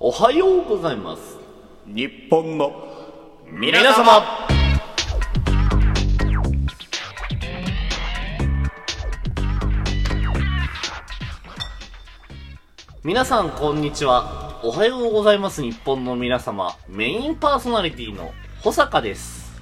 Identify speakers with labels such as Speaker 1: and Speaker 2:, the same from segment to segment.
Speaker 1: おはようございます
Speaker 2: 日本の
Speaker 1: 皆
Speaker 2: 様
Speaker 1: 皆さんこんにちはおはようございます日本の皆様メインパーソナリティの保坂です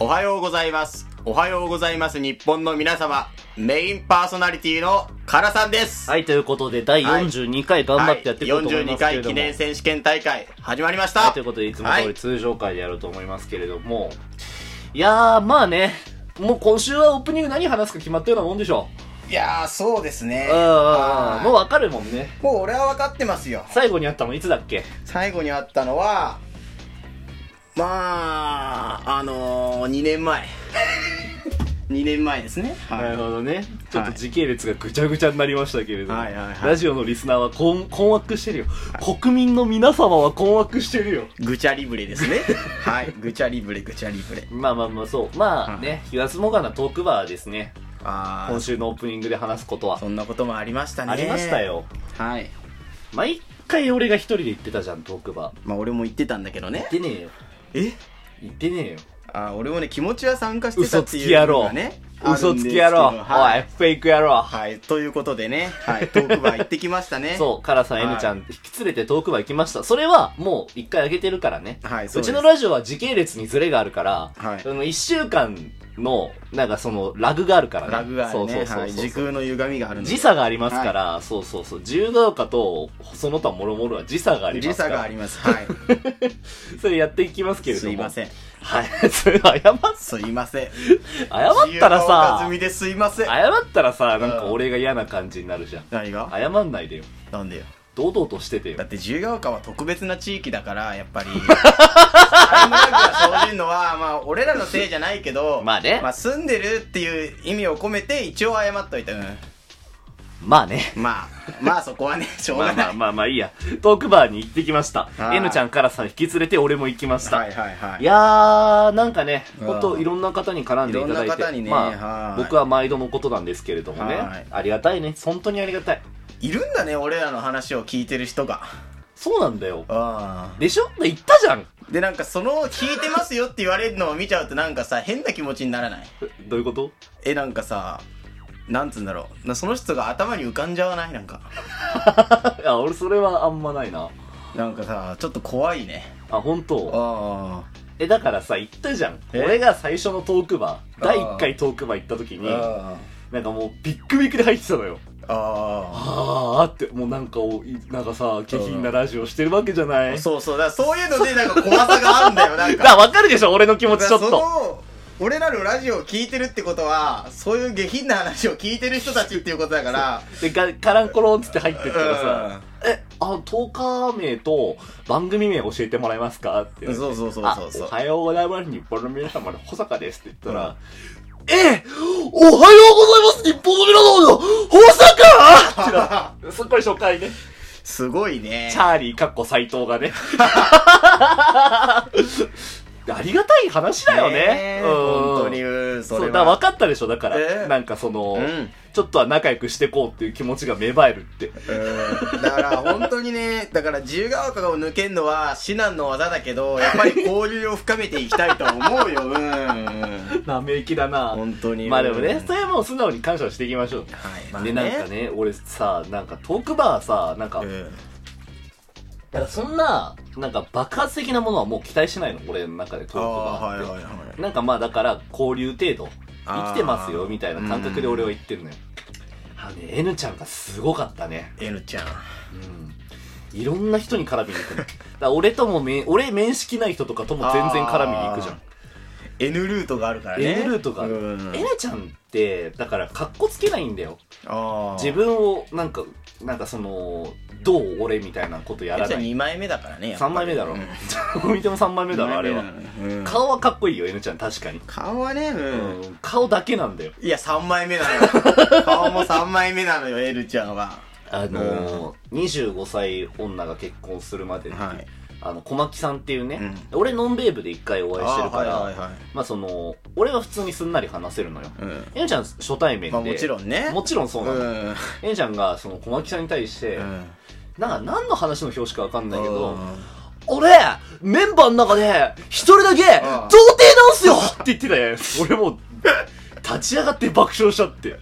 Speaker 2: おはようございますおはようございます日本の皆様メインパーソナリティのカラさんです、
Speaker 1: はいということで第42回頑張ってやっていこうと思い
Speaker 2: 42
Speaker 1: ますけれ
Speaker 2: 回
Speaker 1: ど
Speaker 2: 記
Speaker 1: も、
Speaker 2: 念選手権大会始まりました、
Speaker 1: はい、ということで、いつも通り通常回でやろうと思いますけれども、い、やー、まあね、もう今週はオープニング何話すか決まったようなもんでしょ。
Speaker 2: いやーそうですね
Speaker 1: うんうんうん。もう
Speaker 2: も
Speaker 1: わかるもんね。
Speaker 2: うもう俺は分かってますよ
Speaker 1: 最後にあったのいつだっけ
Speaker 2: 最後にあったのはまああのー、2 年前2年前ですね
Speaker 1: なるほどね。ちょっと
Speaker 2: はい
Speaker 1: 時系列がぐちゃぐちゃになりましたけれども、
Speaker 2: はいはいはい
Speaker 1: ラジオのリスナーは困困惑してるよ。国民の皆様は困惑してるよ。
Speaker 2: ぐちゃりぶれですね はいぐちゃりぶれぐちゃりぶれ
Speaker 1: まあまあまあ、そう。まあね、言わずもがなトークバーですね。
Speaker 2: あ
Speaker 1: 今週のオープニングで話すことは。
Speaker 2: そんなこともありましたね
Speaker 1: ありましたよ。
Speaker 2: はい
Speaker 1: 毎回俺が一人で行ってたじゃん、トークバー。
Speaker 2: まあ俺も言ってたんだけど
Speaker 1: 行
Speaker 2: ね
Speaker 1: ってねえよ。
Speaker 2: え
Speaker 1: 言ってねえよ
Speaker 2: あ俺もね気持ちは参加してたっていうのがね
Speaker 1: 嘘つき野
Speaker 2: あ
Speaker 1: 郎
Speaker 2: るんですけど
Speaker 1: お
Speaker 2: はい
Speaker 1: フェイク野郎
Speaker 2: い、はい、ということでね、はい、トークバー行ってきましたね
Speaker 1: そう、カラさん、
Speaker 2: はい
Speaker 1: N ちゃん、引き連れてトークバー行きました。それは、もう、一回あげてるからね。
Speaker 2: はいうそう
Speaker 1: ち
Speaker 2: で
Speaker 1: の
Speaker 2: す
Speaker 1: ラジオは時系列にズレがあるから、
Speaker 2: はい
Speaker 1: その一週間の、なんかその、ラグがあるからね。
Speaker 2: ラグがあるね
Speaker 1: そうそうそうそう、
Speaker 2: はい時空の歪みがあるんで
Speaker 1: 時差がありますから、そうそうそう。自由が丘と、その他もろもろは時差がありま
Speaker 2: 時
Speaker 1: すから。
Speaker 2: 差がありますはい
Speaker 1: それやっていきますけれども。
Speaker 2: すいません。
Speaker 1: はい。 それ、謝っ、謝
Speaker 2: すいません
Speaker 1: ったら
Speaker 2: 自由が丘
Speaker 1: さ
Speaker 2: 済、みですいません
Speaker 1: 謝ったらさ、なんか俺が嫌な感じになるじゃん。
Speaker 2: 何が
Speaker 1: 謝んないでよ。
Speaker 2: なんでよ
Speaker 1: 堂々としててよ
Speaker 2: だ。って自由が丘は特別な地域だからやっ ぱりタイムラグが生じるのはまあ俺らのせいじゃないけど
Speaker 1: まあね
Speaker 2: まあ、住んでるっていう意味を込めて一応謝っといた、うん、
Speaker 1: まあね。
Speaker 2: まあまあそこは ねしょう
Speaker 1: ま
Speaker 2: がな
Speaker 1: あまあ
Speaker 2: い、
Speaker 1: まあまあいいや。トークバーに行ってきました。
Speaker 2: はい
Speaker 1: N ちゃんからさん引き連れて俺も行きました。
Speaker 2: はい
Speaker 1: い
Speaker 2: はいはい
Speaker 1: やー、なんかね、
Speaker 2: うん
Speaker 1: ほんといろんな方に絡んでいただいて。
Speaker 2: いろんな方にね
Speaker 1: まあ、
Speaker 2: はい
Speaker 1: 僕は毎度のことなんですけれどもね
Speaker 2: はい。
Speaker 1: ありがたいね。本当にありがたい。
Speaker 2: いるんだね俺らの話を聞いてる人が
Speaker 1: そうなんだよ。
Speaker 2: あ
Speaker 1: でしょで言ったじゃん
Speaker 2: でなんかその聞いてますよって言われるのを見ちゃうとなんかさ変な気持ちにならない
Speaker 1: えどういうこと
Speaker 2: えなんかさなんつうんだろうなその人が頭に浮かんじゃわないなんか
Speaker 1: いや、俺それはあんまないな。
Speaker 2: なんかさちょっと怖いね
Speaker 1: あ、本当
Speaker 2: あ
Speaker 1: え、だからさ、言ったじゃん。
Speaker 2: え
Speaker 1: 俺が最初のトークバー、第
Speaker 2: あ
Speaker 1: 1
Speaker 2: ー
Speaker 1: 回トークバー行った時に、
Speaker 2: あ
Speaker 1: なんかもうビックビックで入ってたのよ。
Speaker 2: あ
Speaker 1: あーって、もうなんかお、いなんかさ、下品なラジオしてるわけじゃない。
Speaker 2: あ
Speaker 1: だか
Speaker 2: そうそうだからそういうのでなんか怖さがあるんだ よなんから
Speaker 1: わかるでしょ、俺の気持ちちょっ
Speaker 2: だ
Speaker 1: と。
Speaker 2: からその俺らのラジオを聞いてるってことはそういう下品な話を聞いてる人たちっていうことだから
Speaker 1: で、かカランコロンつって入ってったら
Speaker 2: う
Speaker 1: さ
Speaker 2: ん、
Speaker 1: え、あ、トーカー名と番組名教えてもらえますかって。
Speaker 2: そうそうそうそう
Speaker 1: あ
Speaker 2: そう
Speaker 1: おはようございます、日本の皆様の保坂ですって言ったら、えおはようございます、日本の皆様の保坂 ってな、そこれ初回ね。
Speaker 2: すごいね
Speaker 1: チャーリーかっこ斎藤が ね。ありがたい話だよね。
Speaker 2: え
Speaker 1: うん
Speaker 2: 本当にうん
Speaker 1: そ、
Speaker 2: そうれ
Speaker 1: だから
Speaker 2: は
Speaker 1: 分かったでしょ、だから。
Speaker 2: えー
Speaker 1: なんかその、
Speaker 2: うん
Speaker 1: ちょっとは仲良くしてこうっていう気持ちが芽生えるって。
Speaker 2: うんだから本当にねだから自由が丘を抜けるのは至難の技だけどやっぱり交流を深めていきたいと思う よう ん
Speaker 1: 生意気だな。
Speaker 2: 本当に
Speaker 1: まあでも
Speaker 2: うん
Speaker 1: ね、それはもう素直に感謝をしていきましょう。
Speaker 2: はいまあ
Speaker 1: で、
Speaker 2: ね
Speaker 1: なんかね、俺さ、なんかトークバーさ、なんか、
Speaker 2: うん
Speaker 1: だからそんな、なんか爆発的なものはもう期待しないの、俺の中でトーク
Speaker 2: あ
Speaker 1: バ
Speaker 2: あ
Speaker 1: ー
Speaker 2: ー
Speaker 1: って。
Speaker 2: はいはいはい
Speaker 1: なんかまあだから交流程度
Speaker 2: あー
Speaker 1: 生きてますよみたいな感覚で俺は言ってるのよあのね N ちゃんがすごかったね
Speaker 2: N ちゃん
Speaker 1: いろんな人に絡みに行 くのだから俺ともめ俺面識ない人とかとも全然絡みに行くじゃん
Speaker 2: あ N ルートがあるからね
Speaker 1: N ルートがある
Speaker 2: うん、
Speaker 1: N ちゃんってだからかっこつけないんだよ
Speaker 2: あー
Speaker 1: 自分をなんかなんかそのどう俺みたいなことやら
Speaker 2: N ちゃ
Speaker 1: なんい
Speaker 2: 2枚目だからねやっぱ
Speaker 1: 3
Speaker 2: り
Speaker 1: 枚目だろ
Speaker 2: うん
Speaker 1: ど う見ても3枚目だろあれは
Speaker 2: うん
Speaker 1: 顔はかっこいいよ N ちゃん確かに
Speaker 2: 顔はねうん
Speaker 1: うん顔だけなんだよ
Speaker 2: いや3枚目なの よ顔も3枚目なのよ N ちゃんは
Speaker 1: あのー、25歳女が結婚するまでに、
Speaker 2: はい
Speaker 1: あの小牧さんっていうね、俺ノンベーブで一回お会いしてるから、
Speaker 2: あーはいはいはい
Speaker 1: まあその俺は普通にすんなり話せるのよ、
Speaker 2: うん
Speaker 1: えんちゃん初対面で、
Speaker 2: まあもちろんね
Speaker 1: もちろんそううなの、
Speaker 2: ん
Speaker 1: えんちゃんがその小牧さんに対して、
Speaker 2: うん
Speaker 1: なんか何の話の表紙かわかんないけ
Speaker 2: う
Speaker 1: ど
Speaker 2: ん、
Speaker 1: 俺、メンバーの中で、一人だけ、童貞なんすよ って言ってて、俺もう、立ち上がって爆笑しちゃって。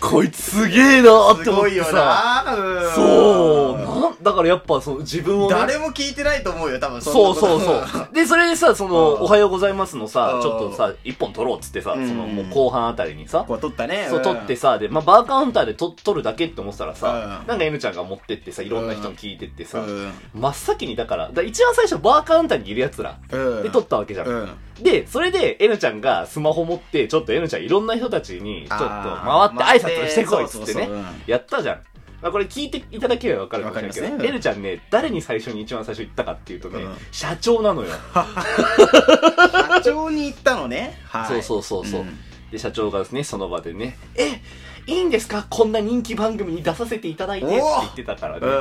Speaker 1: こいつすげえなーっ
Speaker 2: す
Speaker 1: て思っ
Speaker 2: ごい
Speaker 1: て
Speaker 2: よ
Speaker 1: さ。
Speaker 2: なうん
Speaker 1: そう。なんだからやっぱその自分をね、
Speaker 2: 誰も聞いてないと思うよ多分んな
Speaker 1: そ
Speaker 2: こ
Speaker 1: う
Speaker 2: と
Speaker 1: そう そう。で、それでさ、その、
Speaker 2: うん
Speaker 1: おはようございますのさ
Speaker 2: う、ん
Speaker 1: ちょっとさ、一本取ろうっつってさ、そ
Speaker 2: うん
Speaker 1: の、もう後半あたりにさ、
Speaker 2: こう取ったね
Speaker 1: そう、
Speaker 2: ん
Speaker 1: 取ってさ、で、まあ、バーカウンターでと取るだけって思ってたらさ
Speaker 2: う、ん
Speaker 1: なんか N ちゃんが持ってってさ、いろんな人に聞いてって
Speaker 2: う
Speaker 1: さ、
Speaker 2: ん
Speaker 1: 真っ先にだから、だから一番最初バーカウンターにいる奴ら、
Speaker 2: うん
Speaker 1: で撮ったわけじゃん。
Speaker 2: うん
Speaker 1: で、それで N ちゃんがスマホ持って、ちょっと N ちゃんいろんな人たちに、ちょっと
Speaker 2: あー
Speaker 1: 回って挨拶をしてこいっつって
Speaker 2: 回
Speaker 1: ね
Speaker 2: ってそうそうそう、
Speaker 1: やったじゃん。まあこれ聞いていただければわかるかもしれないけ
Speaker 2: わかり
Speaker 1: ど、
Speaker 2: ますね
Speaker 1: N ちゃんね、誰に最初に一番最初言ったかっていうとね
Speaker 2: うん、
Speaker 1: 社長なのよ。
Speaker 2: 社長に行ったのねはい
Speaker 1: そうそうそうそう、
Speaker 2: ん
Speaker 1: で社長がですねその場でね「えいいんですかこんな人気番組に出させていただいて」って
Speaker 2: おお
Speaker 1: 言ってたからね、
Speaker 2: うん
Speaker 1: ちょ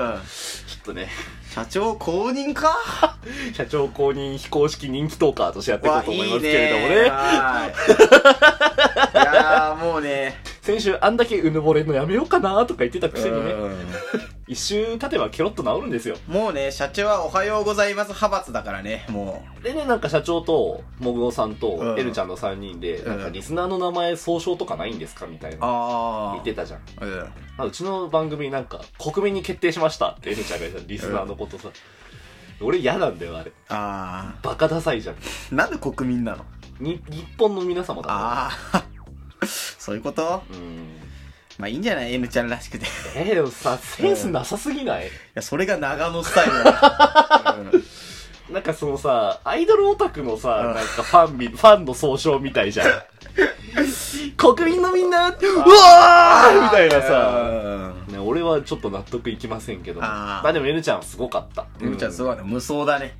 Speaker 1: っとね
Speaker 2: 社長公認か
Speaker 1: 社長公認非公式人気トーカーとしてやっていこうと思いますけれどもね
Speaker 2: わいいね はーいいやーもうね
Speaker 1: 先週あんだけうぬぼれんのやめようかなとか言ってたくせにね
Speaker 2: うん
Speaker 1: 一周経てばケロッと治るんですよ
Speaker 2: もうね社長はおはようございます派閥だからねも
Speaker 1: でねなんか社長とモグオさん
Speaker 2: う
Speaker 1: と
Speaker 2: ん
Speaker 1: L ちゃんの3人で、
Speaker 2: うん
Speaker 1: なんかリスナーの名前総称とかないんですかみたいうな
Speaker 2: ああ
Speaker 1: 言ってたじゃん
Speaker 2: うん
Speaker 1: あうちの番組なんか国民に決定しましたって N ちゃんが言ったリスナーのことさ、俺嫌なんだよあれ
Speaker 2: あ
Speaker 1: バカダサいじゃん
Speaker 2: あなんで国民なの
Speaker 1: に日本の皆様だから
Speaker 2: ああ そういうこと
Speaker 1: うん
Speaker 2: まあいいんじゃない N ちゃんらしくて い
Speaker 1: えー、でもさセンスなさすぎない、
Speaker 2: やそれが長野スタイル だ、うん
Speaker 1: なんかそのさアイドルオタクのさ、
Speaker 2: うん
Speaker 1: なんかファンみファンの総称みたいじゃ ん国民のみんなうわーみたいなさ、
Speaker 2: うん
Speaker 1: ね、俺はちょっと納得いきませんけど
Speaker 2: あー
Speaker 1: まあでも N ちゃんすごかった、
Speaker 2: N ちゃんすごいね無双だね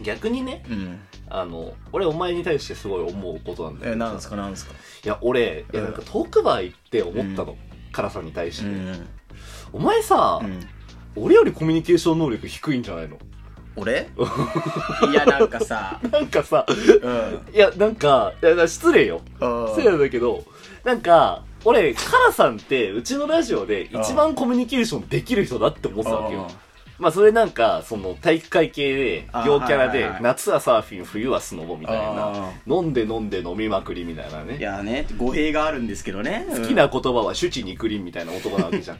Speaker 1: うん逆にね
Speaker 2: うん
Speaker 1: あの俺お前に対してすごい思うことなんだ
Speaker 2: え
Speaker 1: よ
Speaker 2: なんですかなんですか
Speaker 1: いや俺いやなんかトークバー行って思ったの、カラさんに対して、お前さ、
Speaker 2: うん
Speaker 1: 俺よりコミュニケーション能力低いんじゃないの
Speaker 2: 俺いやなんかさ
Speaker 1: なんかさ、
Speaker 2: うん
Speaker 1: いや、なんか、いや失礼よ。失礼なんだけど、なんか、俺、カラさんって、うちのラジオで一番コミュニケーションできる人だって思ってたわけよ。まあ、それなんか、その、体育会系で
Speaker 2: あ、ー
Speaker 1: 両キャラ
Speaker 2: はい
Speaker 1: で
Speaker 2: はいは、い
Speaker 1: 夏はサーフィン、冬はスノボみたいな
Speaker 2: あ。
Speaker 1: 飲んで飲んで飲みまくりみたいないね。
Speaker 2: やね、語弊があるんですけどね。
Speaker 1: 好きな言葉は、主治肉林みたいな男なわけじゃん。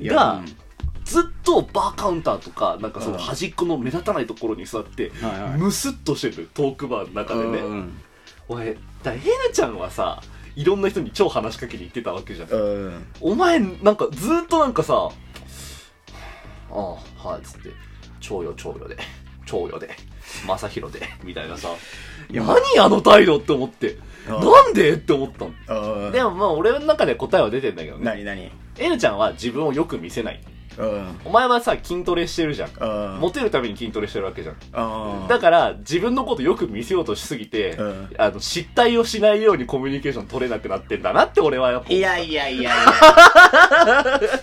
Speaker 2: いや
Speaker 1: が、
Speaker 2: うん
Speaker 1: ずっとバーカウンターとか、なんかその
Speaker 2: うん
Speaker 1: 端っこの目立たないところに座って
Speaker 2: はいは、い
Speaker 1: ムスッとしてるトークバーの中でね。
Speaker 2: うん。
Speaker 1: 俺だエレちゃんはさいろんな人に超話しかけに行ってたわけじゃん
Speaker 2: うん。
Speaker 1: お前なんかずーっとなんかさ「ああはい」っつって「長よ長よで長よで正弘で」みたいなさ
Speaker 2: いや
Speaker 1: 何あの態度って思って
Speaker 2: ああ
Speaker 1: なんでって思ったの
Speaker 2: うん。
Speaker 1: でもまあ俺の中で答えは出てんだけどね
Speaker 2: 何何
Speaker 1: エレちゃんは自分をよく見せない
Speaker 2: うん。
Speaker 1: お前はさ筋トレしてるじゃん
Speaker 2: うん。
Speaker 1: モテるために筋トレしてるわけじゃん
Speaker 2: うん。
Speaker 1: だから、自分のことよく見せようとしすぎて、
Speaker 2: うん
Speaker 1: あの、失態をしないようにコミュニケーション取れなくなってんだなって俺はやっぱ
Speaker 2: いやいやいやいや。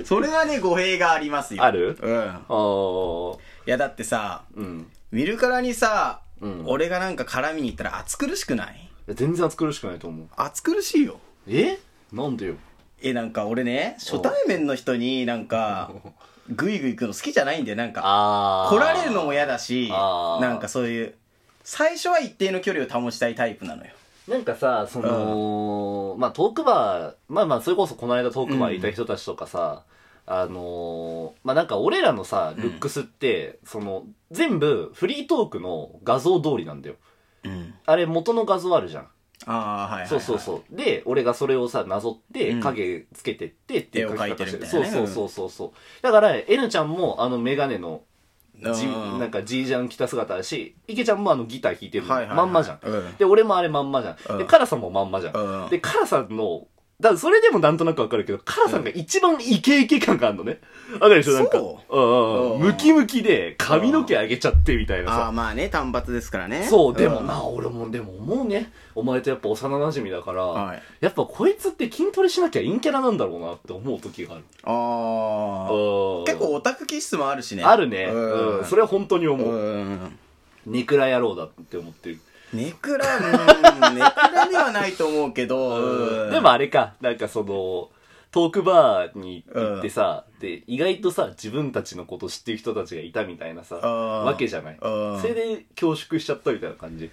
Speaker 2: それはね、語弊がありますよ。
Speaker 1: ある
Speaker 2: うん。
Speaker 1: あー
Speaker 2: いやだってさ、
Speaker 1: うん。
Speaker 2: 見るからにさ、
Speaker 1: うん
Speaker 2: 俺がなんか絡みに行ったら暑苦しくない
Speaker 1: 全然暑苦しくないと思う。
Speaker 2: 暑苦しいよ。
Speaker 1: えなんでよ。
Speaker 2: え、なんか俺ね、初対面の人になんか、グイグイ行くの好きじゃないんだよ、なんか。
Speaker 1: あー
Speaker 2: 来られるのも嫌だし、
Speaker 1: あー
Speaker 2: なんかそういう、最初は一定の距離を保ちたいタイプなのよ。
Speaker 1: なんかさ、その、まあ、トークバー、まあまあ、それこそこの間トークバーにいた人たちとかさ、あのーまあなんか俺らのさ、ルックスって、その、全部フリートークの画像通りなんだよ。
Speaker 2: うん。
Speaker 1: あれ元の画像あるじゃん。
Speaker 2: ああ、はいはい、はい。
Speaker 1: そうそうそう。で、俺がそれをさ、なぞって、
Speaker 2: うん
Speaker 1: 影つけてってっていう
Speaker 2: 絵を描いてるみたいな
Speaker 1: そう
Speaker 2: ね
Speaker 1: そうそうそうそう。だから、N ちゃんも、あの、メガネの、
Speaker 2: うん。
Speaker 1: じ
Speaker 2: うん
Speaker 1: なんか、じいちゃん着た姿だし、池ちゃんもあの、ギター弾いてるの
Speaker 2: はいはいはい
Speaker 1: まんまじゃん
Speaker 2: うん。
Speaker 1: で、俺もあれまんまじゃん。
Speaker 2: う
Speaker 1: で、
Speaker 2: ん
Speaker 1: カラさんもまんまじゃ
Speaker 2: うん
Speaker 1: ん。で、カラさんの、だからそれでもなんとなくわかるけど、カラさんが一番イケイケ感があるのね。わかるでしょなんか。
Speaker 2: そ
Speaker 1: うんうん。
Speaker 2: うん
Speaker 1: ムキムキで、髪の毛上げちゃってみたいな
Speaker 2: あ
Speaker 1: さ
Speaker 2: あ、。まあね、単発ですからね。
Speaker 1: そう、でも
Speaker 2: ん
Speaker 1: な、俺も、でも思うね。お前とやっぱ幼馴染だから、
Speaker 2: はい
Speaker 1: やっぱこいつって筋トレしなきゃ陰キャラなんだろうなって思う時がある。
Speaker 2: ああ。
Speaker 1: うん
Speaker 2: 結構オタク気質もあるしね。
Speaker 1: あるね。
Speaker 2: うん。
Speaker 1: うん。それは本当に思う。
Speaker 2: うん。
Speaker 1: ネクラ野郎だって思ってる。
Speaker 2: ネクラ、うん、ネクラではないと思うけど、うん
Speaker 1: でもあれか、なんかその、トークバーに行ってさ、で、意外とさ、自分たちのこと知ってる人たちがいたみたいなさ、
Speaker 2: あー
Speaker 1: わけじゃない。
Speaker 2: うん
Speaker 1: それで恐縮しちゃったみたいな感じ。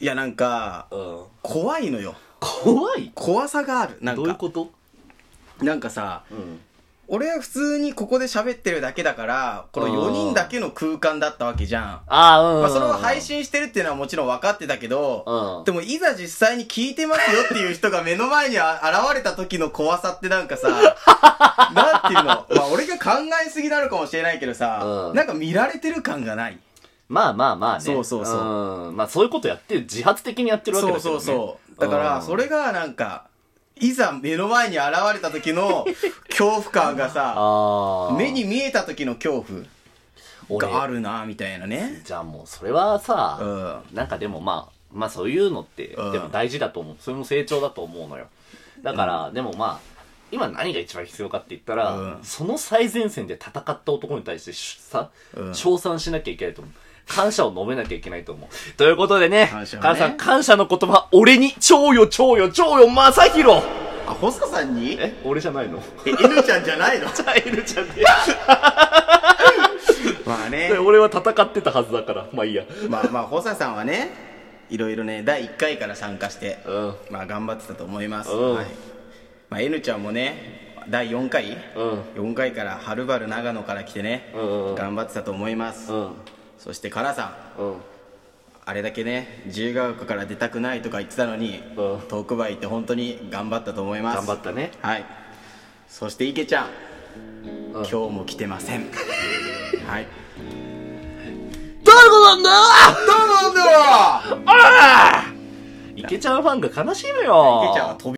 Speaker 2: いやなんか
Speaker 1: うん。
Speaker 2: 怖いのよ
Speaker 1: 怖い
Speaker 2: 怖さがあるなん
Speaker 1: どういう
Speaker 2: か
Speaker 1: こと
Speaker 2: なんかさ
Speaker 1: うん。
Speaker 2: 俺は普通にここで喋ってるだけだからこの4人だけの空間だったわけじゃん
Speaker 1: ああ、うん。
Speaker 2: まあ、それを配信してるっていうのはもちろん分かってたけど、
Speaker 1: うん
Speaker 2: でもいざ実際に聞いてますよっていう人が目の前にあ現れた時の怖さってなんか さ、なんていうの、まあ俺が考えすぎなのかもしれないけどさ、
Speaker 1: うん
Speaker 2: なんか見られてる感がない。
Speaker 1: まあまあまあね。
Speaker 2: そうそうそう
Speaker 1: うん。まあそういうことやってる、自発的にやってるわけ
Speaker 2: そ
Speaker 1: だ
Speaker 2: う
Speaker 1: けど
Speaker 2: そ
Speaker 1: ね。
Speaker 2: うそう。だから、そ
Speaker 1: れ、
Speaker 2: れがなんか、いざ目の前に現れた時の恐怖感がさ、
Speaker 1: ああ。
Speaker 2: 目に見えた時の恐怖があるな、みたいなね。
Speaker 1: じゃあもうそれはさ、
Speaker 2: うん。
Speaker 1: なんかでもまあ、まあそういうのって、
Speaker 2: うん
Speaker 1: でも大事だと思う。それも成長だと思うのよ。だから、でもまあ、今何が一番必要かって言ったら、
Speaker 2: うん
Speaker 1: その最前線で戦った男に対してしさ、
Speaker 2: うん
Speaker 1: 称賛しなきゃいけないと思う。感謝を述べなきゃいけないと思う。ということでね、
Speaker 2: 感謝をね
Speaker 1: 母さん感謝の言葉、俺に、超よ超よ超よ正宏
Speaker 2: あ、ホスカさんにえ、
Speaker 1: え、俺じゃないの
Speaker 2: 犬ちゃんじゃないの
Speaker 1: タイルちゃんで。
Speaker 2: まあね。
Speaker 1: 俺は戦ってたはずだから、まあいいや。
Speaker 2: まあまあ、ホサさんはね、いろいろね、第1回から参加して、
Speaker 1: うん
Speaker 2: まあ頑張ってたと思います。
Speaker 1: うん
Speaker 2: はい。まあ、N ちゃんもね、第4回、
Speaker 1: うん。
Speaker 2: 4回から、はるばる長野から来てね、
Speaker 1: うんうんうん
Speaker 2: 頑張ってたと思います。
Speaker 1: うん。
Speaker 2: そして、カラさん、
Speaker 1: うん。
Speaker 2: あれだけね、自由が丘から出たくないとか言ってたのに、
Speaker 1: うん
Speaker 2: トークバイって本当に頑張ったと思います。
Speaker 1: 頑張ったね。
Speaker 2: はい。そして、池ちゃん、
Speaker 1: う
Speaker 2: 今日も来てません。は
Speaker 1: どう
Speaker 2: い。
Speaker 1: いうことなんだよ
Speaker 2: どうなんだろう
Speaker 1: 池ちゃんファンが悲しむよ
Speaker 2: 池ちゃんは飛び